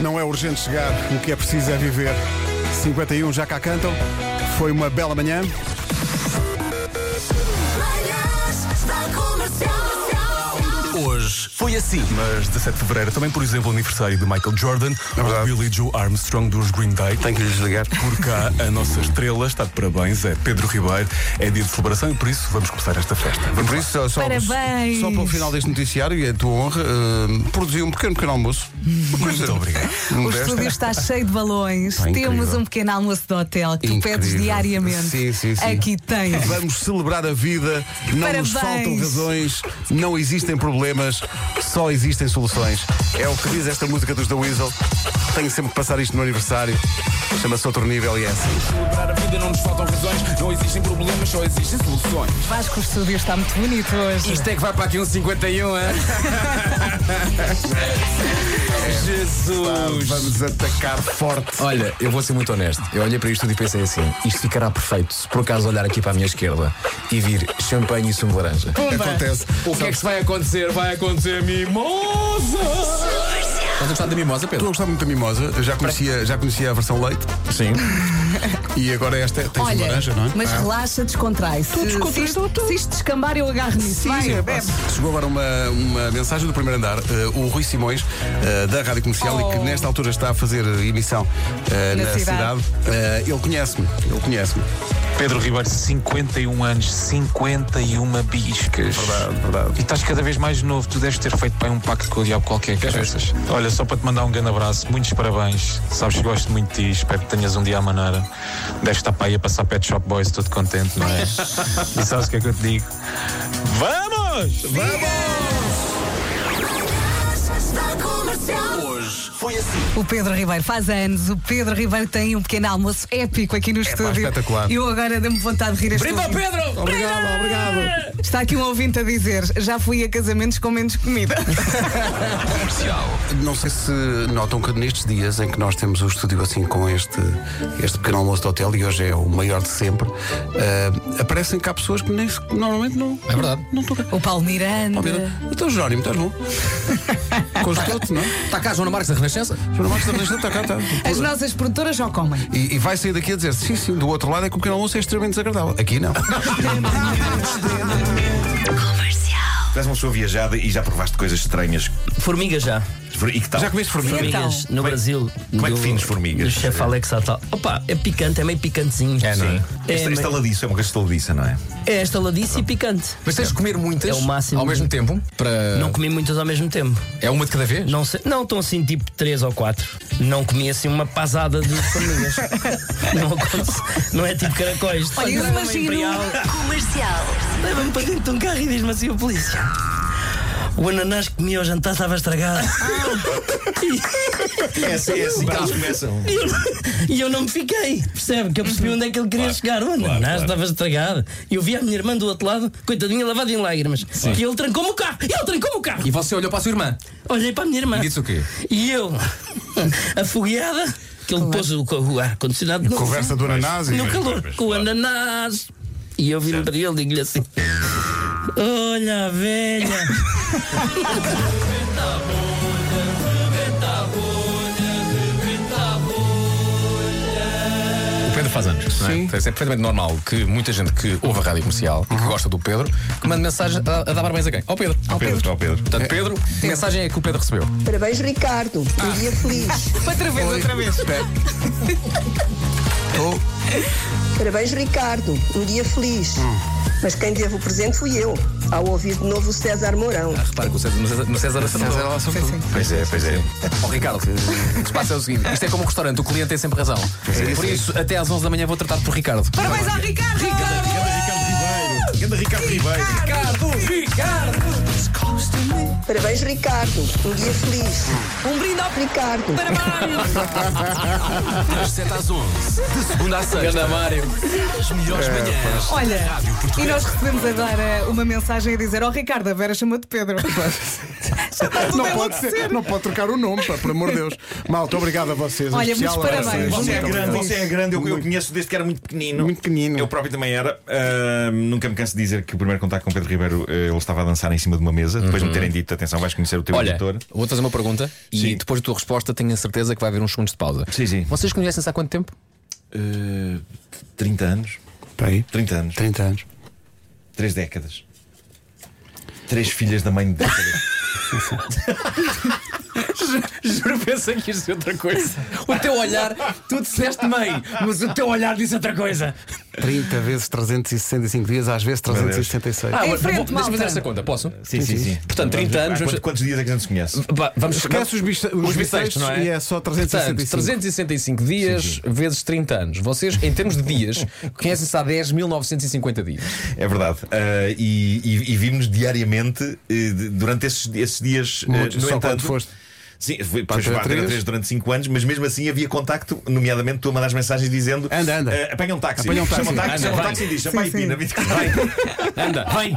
Não é urgente chegar, o que é preciso é viver. 51 já cá cantam. Foi uma bela manhã. Hoje foi assim. Mas 17 de Fevereiro, também por exemplo, o aniversário de Michael Jordan, É ou Billy Joe Armstrong dos Green Day. Tenho que lhe desligar. Por cá, a nossa estrela está de parabéns, é Pedro Ribeiro. É dia de celebração e por isso vamos começar esta festa. Vamos Por isso, só, só, Parabéns. só para o final deste noticiário, e a tua honra, eh, produzi um pequeno pequeno almoço. Uma coisa um Muito obrigado. O modesta. estúdio está cheio de balões. Está incrível. Temos um pequeno almoço de hotel que tu Incrível. pedes diariamente. Sim, sim, sim. Aqui tens. Vamos celebrar a vida, não Parabéns. nos faltam razões, não existem problemas, só existem soluções. É o que diz esta música dos The Weasel. Tenho sempre que passar isto no aniversário. Chama-se outro nível e é assim. Celebrar a vida não nos faltam razões, não existem problemas, só existem soluções. Vasco, o estúdio está muito bonito hoje. Isto é que vai para aqui um 51, é? Jesus! Vamos atacar forte. Olha, eu vou ser muito honesto. Eu olhei para isto e pensei assim: isto ficará perfeito se por acaso olhar aqui para a minha esquerda e vir champanhe e sumo de laranja. Acontece. O que é que se vai acontecer? Vai acontecer mimosa! Estás a gostar da mimosa, Estou Pedro? a gostar muito da mimosa, eu já conhecia, já conhecia a versão leite Sim. e agora esta tens de Olha, laranja, não é? mas relaxa, Ah. descontrai. Se, se, isto, se isto descambar, eu agarro nisso. Vai. Chegou agora uma, uma mensagem do primeiro andar, eh, o Rui Simões, eh, da Rádio Comercial, e que nesta altura está a fazer emissão eh, Na na, cidade. cidade. Eh, ele conhece-me, ele conhece-me. Pedro Ribeiro, 51 anos, 51 biscas. Verdade, verdade. E estás cada vez mais novo, tu deves ter feito bem um pacto com o diabo qualquer que estas. Olha, só para te mandar um grande abraço, muitos parabéns. Sabes que gosto muito de ti, espero que tenhas um dia à maneira. Deves estar para aí a passar Pet Shop Boys, todo contente, não é? e sabes o que é que eu te digo? Vamos! O Pedro Ribeiro faz anos. O Pedro Ribeiro tem um pequeno almoço épico aqui no estúdio. espetacular. Eu agora dou-me vontade de rir a Brindar, estúdio. Pedro! Obrigado, obrigado. Está aqui um ouvinte a dizer: já fui a casamentos com menos comida. Não sei se notam que nestes dias em que nós temos o estúdio assim com este, este pequeno almoço de hotel, e hoje é o maior de sempre, eh, aparecem cá pessoas que nem, se- normalmente não. É verdade. Não estou cá. O Paulo Miranda. Então, Jerónimo, estás bom? Conjugou-te, não é? Está cá, Joana Marques da Renascença? João Marcos da Renascença está cá, tá? está. As nossas produtoras já comem. E, e vai sair daqui a dizer: sim, sim, do outro lado é que o pequeno almoço é extremamente desagradável. Aqui não. Tu és uma pessoa viajada e já provaste coisas estranhas. Formiga já. E que tal? Já comeste formiga? Então. Formigas no Brasil. como é que do- defines formigas? Do chefe Alex Atal. Opa, é picante, é meio picantezinho. É, não é? É, Esta, meio- esta ladiça é uma coisa estaladiça, não é? é estaladiço e picante. Mas tens de comer muitas É o máximo. ao mesmo tempo para. Não comi muitas ao mesmo tempo. É uma de cada vez? Não sei, não estão assim tipo 3 ou 4. Não comi assim uma pasada de formigas. não, acontece- não é tipo caracóis. Olha, eu Leva-me uma imagino- imperial, Leva-me para dentro de um carro e diz-me assim o polícia. O ananás que comi ao jantar estava estragado. É, assim- é assim que elas um. começam. E eu- E eu não me fiquei, percebe? Que eu percebi onde é que ele queria chegar. O ananás estava estragado. E eu vi a minha irmã do outro lado, coitadinha, lavada em lágrimas. E ele trancou-me o carro. Ele trancou-me o carro. E você olhou para a sua irmã? Olhei para a minha irmã. E disse o quê? E eu, afogueada, que ele pôs o, co- o ar-condicionado no, Conversa do Ananás e no calor, com o ananás. E eu vim para ele e digo-lhe assim: Olha, a velha. O Pedro faz anos. Sim. Não é? Portanto, é perfeitamente normal que muita gente que ouve a rádio comercial e que gosta do Pedro que mande mensagem a, a dar parabéns a quem? Ao Pedro. Uhum. Ao Pedro, ó, Pedro. Portanto, Pedro, que mensagem é que o Pedro recebeu? Parabéns, Ricardo. Ah. Um dia feliz. Outra vez, outra vez. Parabéns, Ricardo. Um dia feliz. Mas quem teve o presente fui eu, ao ouvir de novo o César Mourão. Ah, Repara que o César, no César, no César acertou. Pois é, pois é. Ó, Ricardo, o que se passa é o seguinte: isto é como um restaurante, o cliente tem sempre razão. Por isso, até às 11 da manhã vou tratar por Ricardo. Parabéns ao Ricardo. Ricardo. Ganda Ricardo Ribeiro. Ricardo! Ricardo! Parabéns, Ricardo. Um dia feliz. Um brinde ao Ricardo. Parabéns. Das 7 às 11, de segunda à sexta. Ganda Mário. As melhores manhãs. Olha, e nós recebemos agora uma mensagem a dizer: Ó Ricardo, a Vera chamou-te Pedro. Não pode, ser, não pode trocar o nome, pá, pelo amor de Deus. Malta, obrigado a vocês. em Olha, especial a muitos vocês. parabéns. Muito Você é obrigado. grande, você é grande. Eu, eu conheço desde que era muito pequenino. Muito pequenino. Eu próprio também era. Ah, nunca me canso de dizer que o primeiro contacto com eh, Uhum. Pedro Ribeiro, ah, ele estava a dançar em cima de uma mesa. Depois me terem dito, atenção, vais conhecer o teu Olha, editor. vou fazer uma pergunta e depois da tua resposta tenho a certeza que vai haver uns segundos de pausa. Sim, sim. Vocês conhecem-se há quanto tempo? 30 Eh, anos. Pai. 30 anos. 30 anos. Três décadas. Três filhas da mãe de décadas. Juro, pensei que isto é outra coisa. O teu olhar, tu disseste mãe, mas o teu olhar disse outra coisa. 30 vezes 365 dias, às vezes 366. Ah, mas- frente, deixa-me fazer malta. essa conta, posso? Sim, sim, sim. Portanto, 30 anos. Quantos, quantos dias é que a gente se conhece? Vá, Vamos Esquece os bis- os bissextos, não é? e é só Portanto, 365. 365 dias vezes 30 anos. Vocês, em termos de dias, conhecem-se há 10.950 dias. É verdade. Ah, e, e, e vimos diariamente eh, de- durante esses, esses dias. eh, Muitos, no só entanto, quando foste. Sim, fui Para para a três. três durante 5 anos, mas mesmo assim havia contacto, nomeadamente tu a mandar mensagens dizendo: Anda, anda. "Eh, apanha um táxi. Apanha um táxi. Chama um táxi, Anda, chama um vai. táxi e diz: Chama a Ipina, 24 horas." Anda, vem!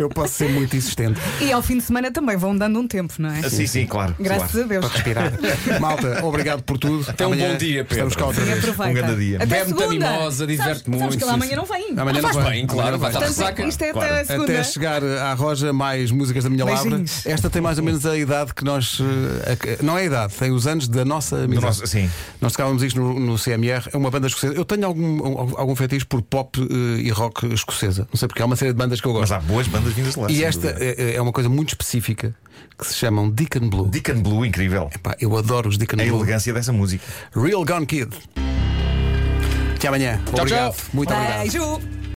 Eu posso ser muito insistente E ao fim de semana também vão dando um tempo, não é? Ah, Sim, sim, claro. Graças claro. a Deus. para respirar. Malta, obrigado por tudo. Até um Amanhã bom dia, Pedro. Estamos cá outra E vez. aproveita. Um grande dia. Até Bebe-te a segunda. mimosa, diverte-te sabes, Sabes muito, que ela sim, amanhã sim. não vem. Amanhã Faz não vai. bem, claro, vai estar Portanto, ressaca. isto é Claro. até a segunda. Até chegar à Roja, mais músicas da minha Beijinhos. Lavra. Esta tem mais ou menos a idade que nós. eh, a que- não é a idade, tem os anos da nossa amizade. nosso- sim. Nós tocávamos isto no, no CMR. É uma banda escocesa. Eu tenho algum, algum fetiche por pop eh, e rock escocesa. Não sei porque há uma série de bandas que eu Mas gosto. há boas bandas vindas de lá. E sem esta dúvida. é, é uma coisa muito específica que se chamam Deacon Blue. Deacon Blue, incrível. Pá, eu adoro os Deacon A Blue. elegância dessa música. Real Gone Kid. Até amanhã. Obrigado. tchau. Muito obrigado. Beijo.